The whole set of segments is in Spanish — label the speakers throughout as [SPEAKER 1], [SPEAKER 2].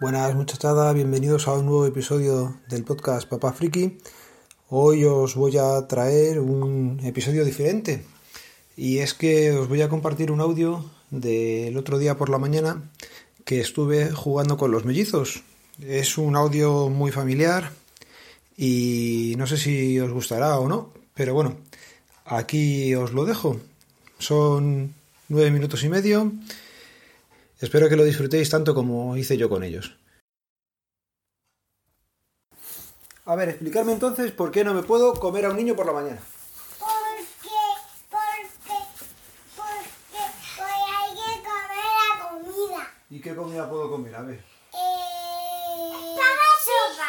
[SPEAKER 1] Buenas muchachada, bienvenidos a un nuevo episodio del podcast Papá Friki. Hoy os voy a traer un episodio diferente y es que os voy a compartir un audio del otro día por la mañana que estuve jugando con los mellizos. Es un audio muy familiar y no sé si os gustará o no, pero bueno, aquí os lo dejo. Son nueve minutos y medio. Espero que lo disfrutéis tanto como hice yo con ellos. A ver, explicarme entonces por qué no me puedo comer a un niño por la mañana.
[SPEAKER 2] Porque, porque, porque, porque hay que comer la comida.
[SPEAKER 1] ¿Y qué comida puedo comer? A ver.
[SPEAKER 2] Eh... sopa.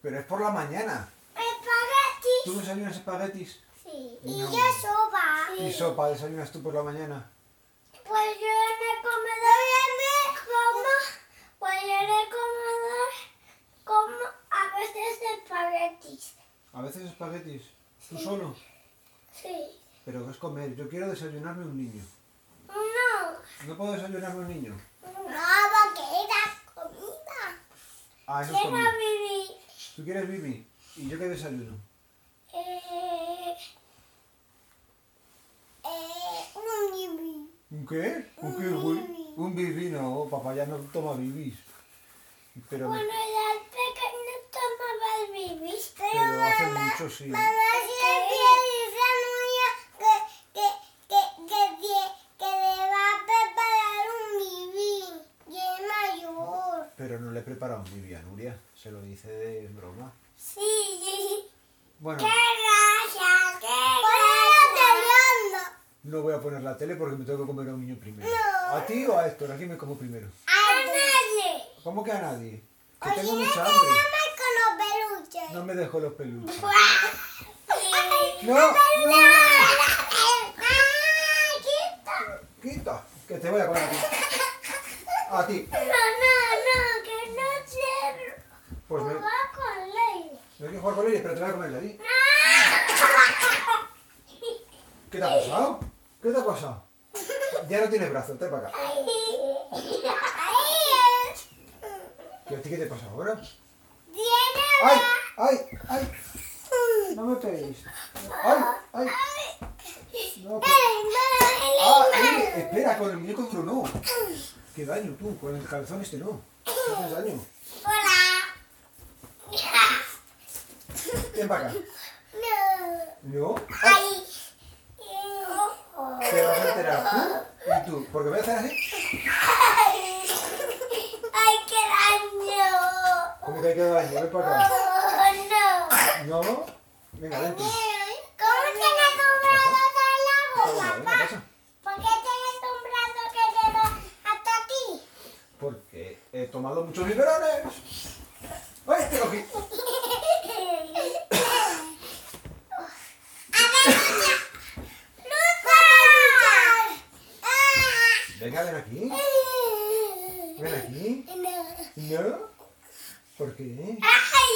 [SPEAKER 1] Pero es por la mañana.
[SPEAKER 2] Espagueti.
[SPEAKER 1] ¿Tú desayunas espaguetis?
[SPEAKER 2] Sí.
[SPEAKER 1] Y
[SPEAKER 2] Y
[SPEAKER 1] No. yo
[SPEAKER 2] yo sopa.
[SPEAKER 1] ¿Y sopa desayunas tú por la mañana?
[SPEAKER 2] Pues yo en el comedor ya me como. Pues yo en el comedor como a veces espaguetis.
[SPEAKER 1] A veces espaguetis. ¿Tú solo?
[SPEAKER 2] Sí.
[SPEAKER 1] Pero es comer. Yo quiero desayunarme un niño.
[SPEAKER 2] No.
[SPEAKER 1] ¿No puedo desayunarme un niño?
[SPEAKER 2] No, porque era comida.
[SPEAKER 1] Ah, eso es
[SPEAKER 2] Quiero
[SPEAKER 1] comer.
[SPEAKER 2] vivir.
[SPEAKER 1] ¿Tú quieres Bibi? ¿Y yo qué desayuno?
[SPEAKER 2] Eh, eh, un libro.
[SPEAKER 1] ¿Un qué? ¿Un qué?
[SPEAKER 2] bibi.
[SPEAKER 1] Un Bibi no, papá ya no toma Bibis. Pero me-
[SPEAKER 2] Bueno, las pequeñas tomaban bibis.
[SPEAKER 1] Pero hace mucho sí.
[SPEAKER 2] Mamá siempre dice a Nuria que, que, que, que, tie- que le va a preparar un bibí. Y es mayor.
[SPEAKER 1] Pero no le he preparado un Bibi a Nuria, se lo dice de broma.
[SPEAKER 2] Sí.
[SPEAKER 1] Bueno,
[SPEAKER 2] ¡Qué gracia! ¡Qué gracia!
[SPEAKER 1] no voy a poner la tele porque me tengo que comer a un niño primero.
[SPEAKER 2] No.
[SPEAKER 1] ¿A ti o a Héctor? ¿A quién me como primero?
[SPEAKER 2] ¡A nadie!
[SPEAKER 1] ¿Cómo que a nadie? Que
[SPEAKER 2] Oye,
[SPEAKER 1] tengo
[SPEAKER 2] no
[SPEAKER 1] mucha
[SPEAKER 2] te
[SPEAKER 1] hambre.
[SPEAKER 2] mames con los peluches.
[SPEAKER 1] No me dejo los peluches.
[SPEAKER 2] ¡Ay,
[SPEAKER 1] No, no,
[SPEAKER 2] quita!
[SPEAKER 1] quita, que te voy a comer a ti. A ti.
[SPEAKER 2] No, no, no, que no quiero
[SPEAKER 1] Pues me,
[SPEAKER 2] jugar con Leire.
[SPEAKER 1] me voy a jugar con él, pero te voy a comer a ti.
[SPEAKER 2] ¡No!
[SPEAKER 1] ¿Qué te ha pasado? ¿Qué te ha pasado? Ya no tienes brazo, te para acá.
[SPEAKER 2] Ahí es.
[SPEAKER 1] ¿Y a ti qué te pasa ahora?
[SPEAKER 2] Tiene
[SPEAKER 1] ¡Ay! ¡Ay! ¡Ay! No me peguéis. ¡Ay! ¡Ay! No, que- ¡Ah! oye, espera, con el muñeco duro no. ¡Qué daño tú! Con el calzón este no. ¿Qué haces daño?
[SPEAKER 2] ¡Hola!
[SPEAKER 1] Ven para acá.
[SPEAKER 2] ¡No!
[SPEAKER 1] No. ¡Ay!
[SPEAKER 2] ¡Ay!
[SPEAKER 1] Te vas a enterar tú y tú. Porque voy a hacer así.
[SPEAKER 2] ¡Ay, qué daño!
[SPEAKER 1] ¿Cómo que hay que dar daño? Ven para acá.
[SPEAKER 2] ¡Oh, no!
[SPEAKER 1] No. Venga, vente.
[SPEAKER 2] ¿Cómo tienes un brazo tan largo,
[SPEAKER 1] Venga, venga,
[SPEAKER 2] papá?
[SPEAKER 1] pasa.
[SPEAKER 2] ¿Por qué tienes un brazo que llega hasta ti?
[SPEAKER 1] Porque he tomado muchos biberones. ¡Ay! Te cogí.
[SPEAKER 2] ¡A ver, niña! ¡Lucha!
[SPEAKER 1] Venga, ven aquí. Ven aquí. No. ¿Por qué?
[SPEAKER 2] Ah. ¡Ay,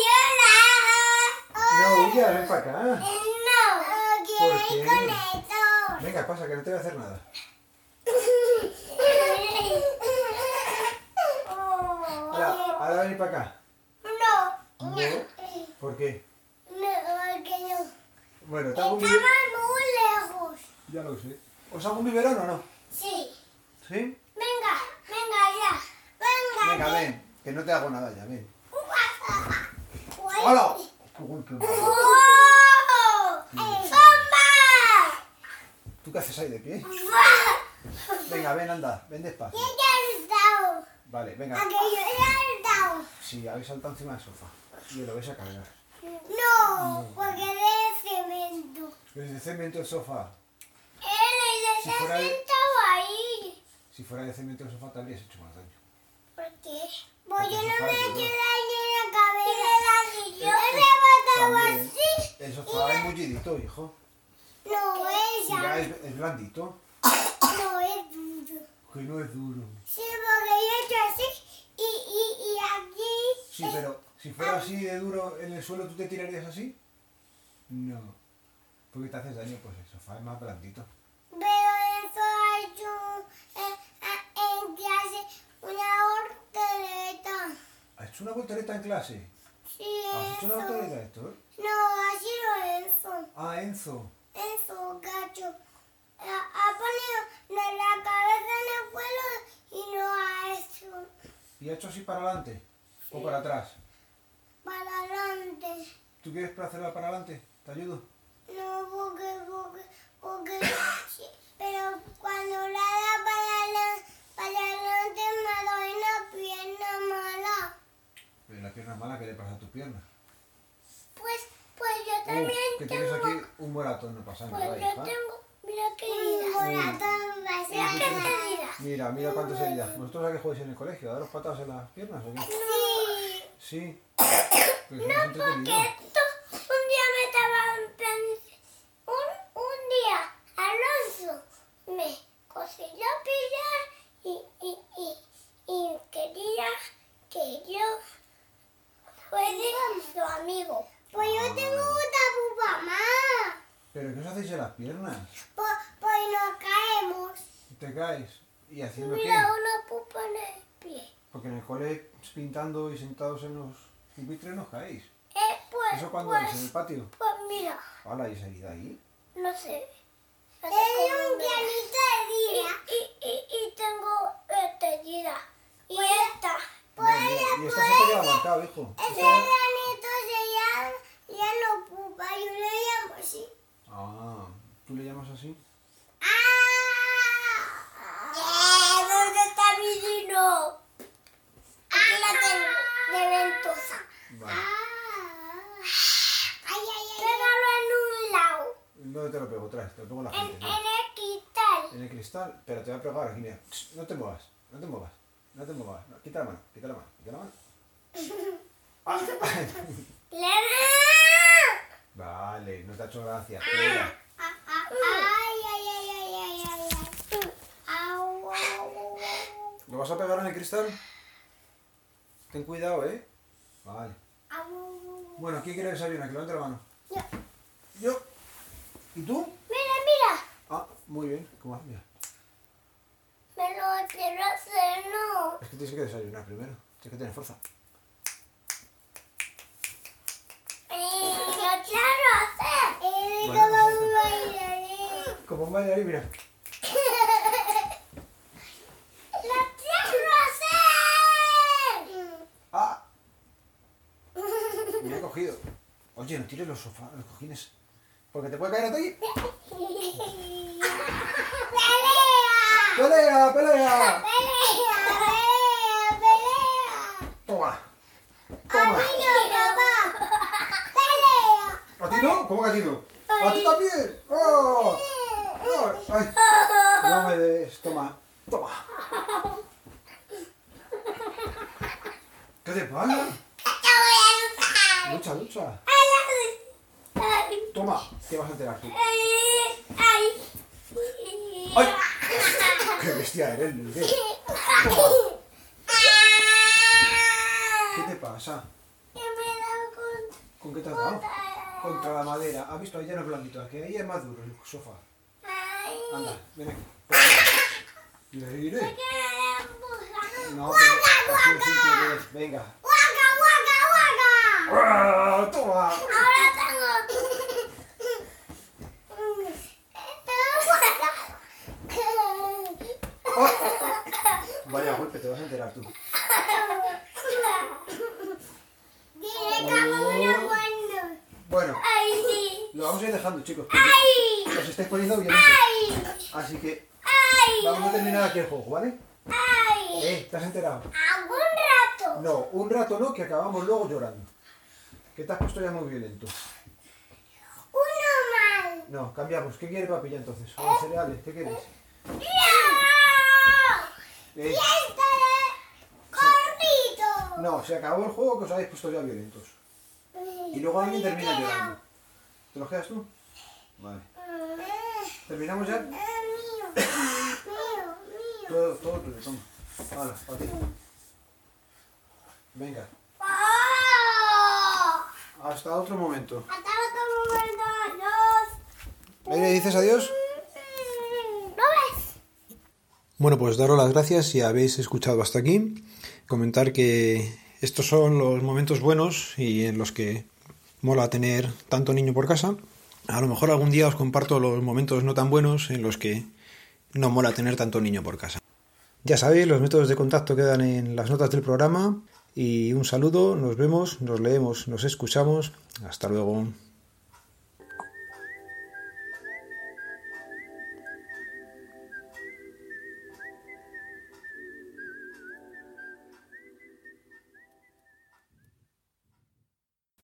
[SPEAKER 1] No
[SPEAKER 2] hola!
[SPEAKER 1] huyas, ven para acá.
[SPEAKER 2] No,
[SPEAKER 1] ¿Por
[SPEAKER 2] quiero
[SPEAKER 1] qué?
[SPEAKER 2] ir con esto.
[SPEAKER 1] Venga, pasa, que no te voy a hacer nada. Ahora,
[SPEAKER 2] No,
[SPEAKER 1] ahora venir para acá.
[SPEAKER 2] no,
[SPEAKER 1] No. ¿Por qué?
[SPEAKER 2] no, que no.
[SPEAKER 1] Bueno, te hago un biberón.
[SPEAKER 2] Estamos muy lejos.
[SPEAKER 1] Ya lo sé. ¿Os hago un biberón o no?
[SPEAKER 2] Sí.
[SPEAKER 1] ¿Sí?
[SPEAKER 2] Venga, venga ya. Venga,
[SPEAKER 1] Venga, ven. Que no te hago nada ya, ven.
[SPEAKER 2] Guay.
[SPEAKER 1] ¡Hola! Uy, qué malo.
[SPEAKER 2] ¡Wow!
[SPEAKER 1] Mm.
[SPEAKER 2] ¡Bomba!
[SPEAKER 1] ¿Tú qué haces ahí de pie?
[SPEAKER 2] ¡Guau!
[SPEAKER 1] Venga, ven, anda. Ven despacio.
[SPEAKER 2] ¿Quién te has dado?
[SPEAKER 1] Vale, venga.
[SPEAKER 2] ¿A que yo le has dado?
[SPEAKER 1] Sí, habéis saltado encima del sofá. Y lo vais a cargar.
[SPEAKER 2] No, porque es de cemento.
[SPEAKER 1] Desde cemento el sofá.
[SPEAKER 2] Él
[SPEAKER 1] Si
[SPEAKER 2] se ha
[SPEAKER 1] fuera de-
[SPEAKER 2] sentado ahí.
[SPEAKER 1] Si fuera de cemento el sofá te habrías hecho más daño.
[SPEAKER 2] ¿Por qué? Pues yo
[SPEAKER 1] Porque
[SPEAKER 2] no
[SPEAKER 1] se
[SPEAKER 2] me he
[SPEAKER 1] falla,
[SPEAKER 2] hecho
[SPEAKER 1] ¿no?
[SPEAKER 2] daño en la cabeza. Yo le he matado
[SPEAKER 1] También.
[SPEAKER 2] así.
[SPEAKER 1] El sofá es mullidito, hijo.
[SPEAKER 2] No,
[SPEAKER 1] Mira,
[SPEAKER 2] ella.
[SPEAKER 1] es, es blandito.
[SPEAKER 2] No es duro.
[SPEAKER 1] Que no es duro.
[SPEAKER 2] Sí, porque yo he hecho así y, y, y aquí.
[SPEAKER 1] Sí, pero si fuera así de duro en el suelo, ¿tú te tirarías así? No. Porque te haces daño, pues el sofá es más blandito.
[SPEAKER 2] Pero eso ha hecho eh, eh, en clase una horteleta.
[SPEAKER 1] ¿Es una voltereta en clase?
[SPEAKER 2] Sí,
[SPEAKER 1] ¿Has hecho Ah, una
[SPEAKER 2] eso.
[SPEAKER 1] voltereta esto? eh?
[SPEAKER 2] No, así no eso.
[SPEAKER 1] Ah, Enzo.
[SPEAKER 2] Eso, gacho. Ha, ha ponido la, la cabeza en el vuelo y no ha hecho
[SPEAKER 1] ¿Y ha hecho así para adelante? ¿O para atrás?
[SPEAKER 2] para adelante.
[SPEAKER 1] ¿Tú quieres hacerla para adelante? ¿Te ayudo?
[SPEAKER 2] No, porque, porque, porque, sí, pero cuando la da para la, para adelante me doy una pierna mala.
[SPEAKER 1] Pero la pierna mala, ¿qué le pasa a tus piernas?
[SPEAKER 2] Pues, pues yo
[SPEAKER 1] Oh,
[SPEAKER 2] también
[SPEAKER 1] que tienes
[SPEAKER 2] tengo,
[SPEAKER 1] aquí un moratón, no pasa nada.
[SPEAKER 2] pues yo
[SPEAKER 1] hija.
[SPEAKER 2] tengo, mira qué herida. Mira qué herida.
[SPEAKER 1] Mira, mira cuántas heridas. ¿Vosotros a qué jugáis en el colegio? ¿A daros patadas en las piernas o qué?
[SPEAKER 2] Sí.
[SPEAKER 1] Sí. Pues no, es
[SPEAKER 2] Porque
[SPEAKER 1] entretenido.
[SPEAKER 2] esto, un día me estaba pen- un, un día Alonso me consiguió pillar y, y, y, y quería que yo fuera su amigo. Pues
[SPEAKER 1] Ah.
[SPEAKER 2] yo tengo una pupa más.
[SPEAKER 1] ¿Pero qué os hacéis en las piernas?
[SPEAKER 2] Pues, pues nos caemos.
[SPEAKER 1] ¿Te caes? ¿Y haciendo qué?
[SPEAKER 2] Mira una pupa en el pie.
[SPEAKER 1] Porque en el cole pintando y sentados en los pupitres nos caéis.
[SPEAKER 2] Eh, pues,
[SPEAKER 1] ¿Eso cuándo
[SPEAKER 2] pues,
[SPEAKER 1] es? ¿En el patio?
[SPEAKER 2] pues mira,
[SPEAKER 1] Hola, ¿y esa herida ahí?
[SPEAKER 2] no sé. No sé
[SPEAKER 3] Tengo
[SPEAKER 2] cómo
[SPEAKER 3] un
[SPEAKER 2] me-
[SPEAKER 3] granito
[SPEAKER 2] Y,
[SPEAKER 3] de día.
[SPEAKER 2] y, y, y tengo esta herida. Y
[SPEAKER 3] Pues,
[SPEAKER 2] esta.
[SPEAKER 1] Madre mía, y esta se te
[SPEAKER 2] pues
[SPEAKER 1] queda marcado, hijo.
[SPEAKER 3] Ese
[SPEAKER 1] Esta-
[SPEAKER 3] granito se llama, ya no pupa, yo le llamo así.
[SPEAKER 1] Ah, ¿tú le llamas así?
[SPEAKER 3] ¡Ah!
[SPEAKER 2] ¡Eh!
[SPEAKER 3] ¿Dónde está mi dino?
[SPEAKER 2] Aquí la tengo, de ventosa.
[SPEAKER 1] Vale.
[SPEAKER 3] Ah.
[SPEAKER 2] Ay, ay, ay. Pégalo en un lado.
[SPEAKER 1] ¿Dónde te lo pego? Traes, te lo pego en la
[SPEAKER 2] En,
[SPEAKER 1] gente.
[SPEAKER 2] en el cristal.
[SPEAKER 1] En el cristal, pero te voy a pegar aquí, mira. No te muevas, no te muevas, no te muevas. No, quita la mano, quita la mano, quita la mano. Ah,
[SPEAKER 2] Le
[SPEAKER 1] vale, no te ha hecho gracia. Espera.
[SPEAKER 2] Ah, ah, Ay, ay, ay, ay, ay, ay, ay. Au, au, au, au.
[SPEAKER 1] ¿Lo vas a pegar en el cristal? Ten cuidado, ¿eh? Vale.
[SPEAKER 2] Au.
[SPEAKER 1] Bueno, ¿quién quiere desayunar? Que levante la mano.
[SPEAKER 2] Yo.
[SPEAKER 1] Yo. ¿Y tú?
[SPEAKER 2] Mira, mira.
[SPEAKER 1] Ah, muy bien. ¿Cómo haces? Mira.
[SPEAKER 2] Me lo quiero hacer, no.
[SPEAKER 1] Es que tienes que desayunar primero. Tienes que tener fuerza.
[SPEAKER 2] Eh, Lo quiero hacer. Eh,
[SPEAKER 1] Bueno,
[SPEAKER 2] como
[SPEAKER 1] pues
[SPEAKER 2] un bailarín.
[SPEAKER 1] Como un bailarín, mira.
[SPEAKER 2] ¡Lo quiero hacer!
[SPEAKER 1] ¡Ah! Me he cogido. Oye, no tires los sofás, los cojines. Porque te puede caer a ti.
[SPEAKER 2] ¡Pelea!
[SPEAKER 1] ¡Pelea, pelea!
[SPEAKER 2] ¡Pelea! ¡Pelea! ¡Pelea!
[SPEAKER 1] Toma. Toma.
[SPEAKER 2] ¡Niño, papá! ¡Pelea!
[SPEAKER 1] ¿A ti no? ¿Cómo que a ti no? ¡A ti también! ¡Oh! ¡Oh! ¡Ay! No me des. Toma. Toma. ¿Qué te pasa?
[SPEAKER 2] ¡Te voy a luchar!
[SPEAKER 1] Lucha, lucha.
[SPEAKER 2] ¡Ay, ay!
[SPEAKER 1] Toma. Te vas a enterar tú.
[SPEAKER 2] ¡Ay! ¡Ay!
[SPEAKER 1] ¡Ay! ¡Qué bestia eres, Luis! ¿Qué te pasa?
[SPEAKER 2] Que me he dado con-
[SPEAKER 1] ¿Con qué te has dado?
[SPEAKER 2] contra-
[SPEAKER 1] Contra la madera. ¿Has visto? Ahí ya no es blandito. Aquí ahí es más duro el sofá.
[SPEAKER 2] ¡Ay!
[SPEAKER 1] Anda, ven aquí. Le diré.
[SPEAKER 2] que me empujaron.
[SPEAKER 1] No, pero así es sin querer. Venga.
[SPEAKER 2] ¡Guaca, guaca, guaca!
[SPEAKER 1] ¡Ah, ¡Toma!
[SPEAKER 2] Ahora tengo.
[SPEAKER 1] Vaya golpe, te vas a enterar tú.
[SPEAKER 2] Tiene como una mano.
[SPEAKER 1] Bueno,
[SPEAKER 2] ¡Ay, sí!
[SPEAKER 1] lo vamos a ir dejando, chicos. porque
[SPEAKER 2] ¡Ay!
[SPEAKER 1] Os estáis poniendo bien.
[SPEAKER 2] ¡Ay!
[SPEAKER 1] Así que
[SPEAKER 2] ¡Ay!
[SPEAKER 1] vamos a terminar aquí el juego, ¿vale?
[SPEAKER 2] ¡Ay!
[SPEAKER 1] Eh, ¿te has enterado?
[SPEAKER 2] ¡Algún rato!
[SPEAKER 1] No, un rato no, que acabamos luego llorando. Que te has puesto ya muy violento.
[SPEAKER 2] ¡Uno mal!
[SPEAKER 1] No, cambiamos. ¿Qué quiere papilla entonces? Con cereales, ¿qué quieres?
[SPEAKER 2] ¡No!
[SPEAKER 1] Eh,
[SPEAKER 2] ¡Este corrido!
[SPEAKER 1] no, se acabó el juego que os habéis puesto ya violentos. Y luego alguien termina llorando. ¿Te los quedas tú? Vale. ¿Terminamos ya?
[SPEAKER 2] mío, mío, mío.
[SPEAKER 1] Todo, todo tuyo, toma. Hala, para ti. Venga,
[SPEAKER 2] ¡Oh!
[SPEAKER 1] hasta otro momento.
[SPEAKER 2] Hasta otro momento, adiós.
[SPEAKER 1] ¿Ahí le dices adiós?
[SPEAKER 2] ¿Lo ves?
[SPEAKER 1] Bueno, pues daros las gracias si habéis escuchado hasta aquí. Comentar que estos son los momentos buenos y en los que mola tener tanto niño por casa. A lo mejor algún día os comparto los momentos no tan buenos en los que no mola tener tanto niño por casa. Ya sabéis, los métodos de contacto quedan en las notas del programa y un saludo, nos vemos, nos leemos, nos escuchamos. Hasta luego.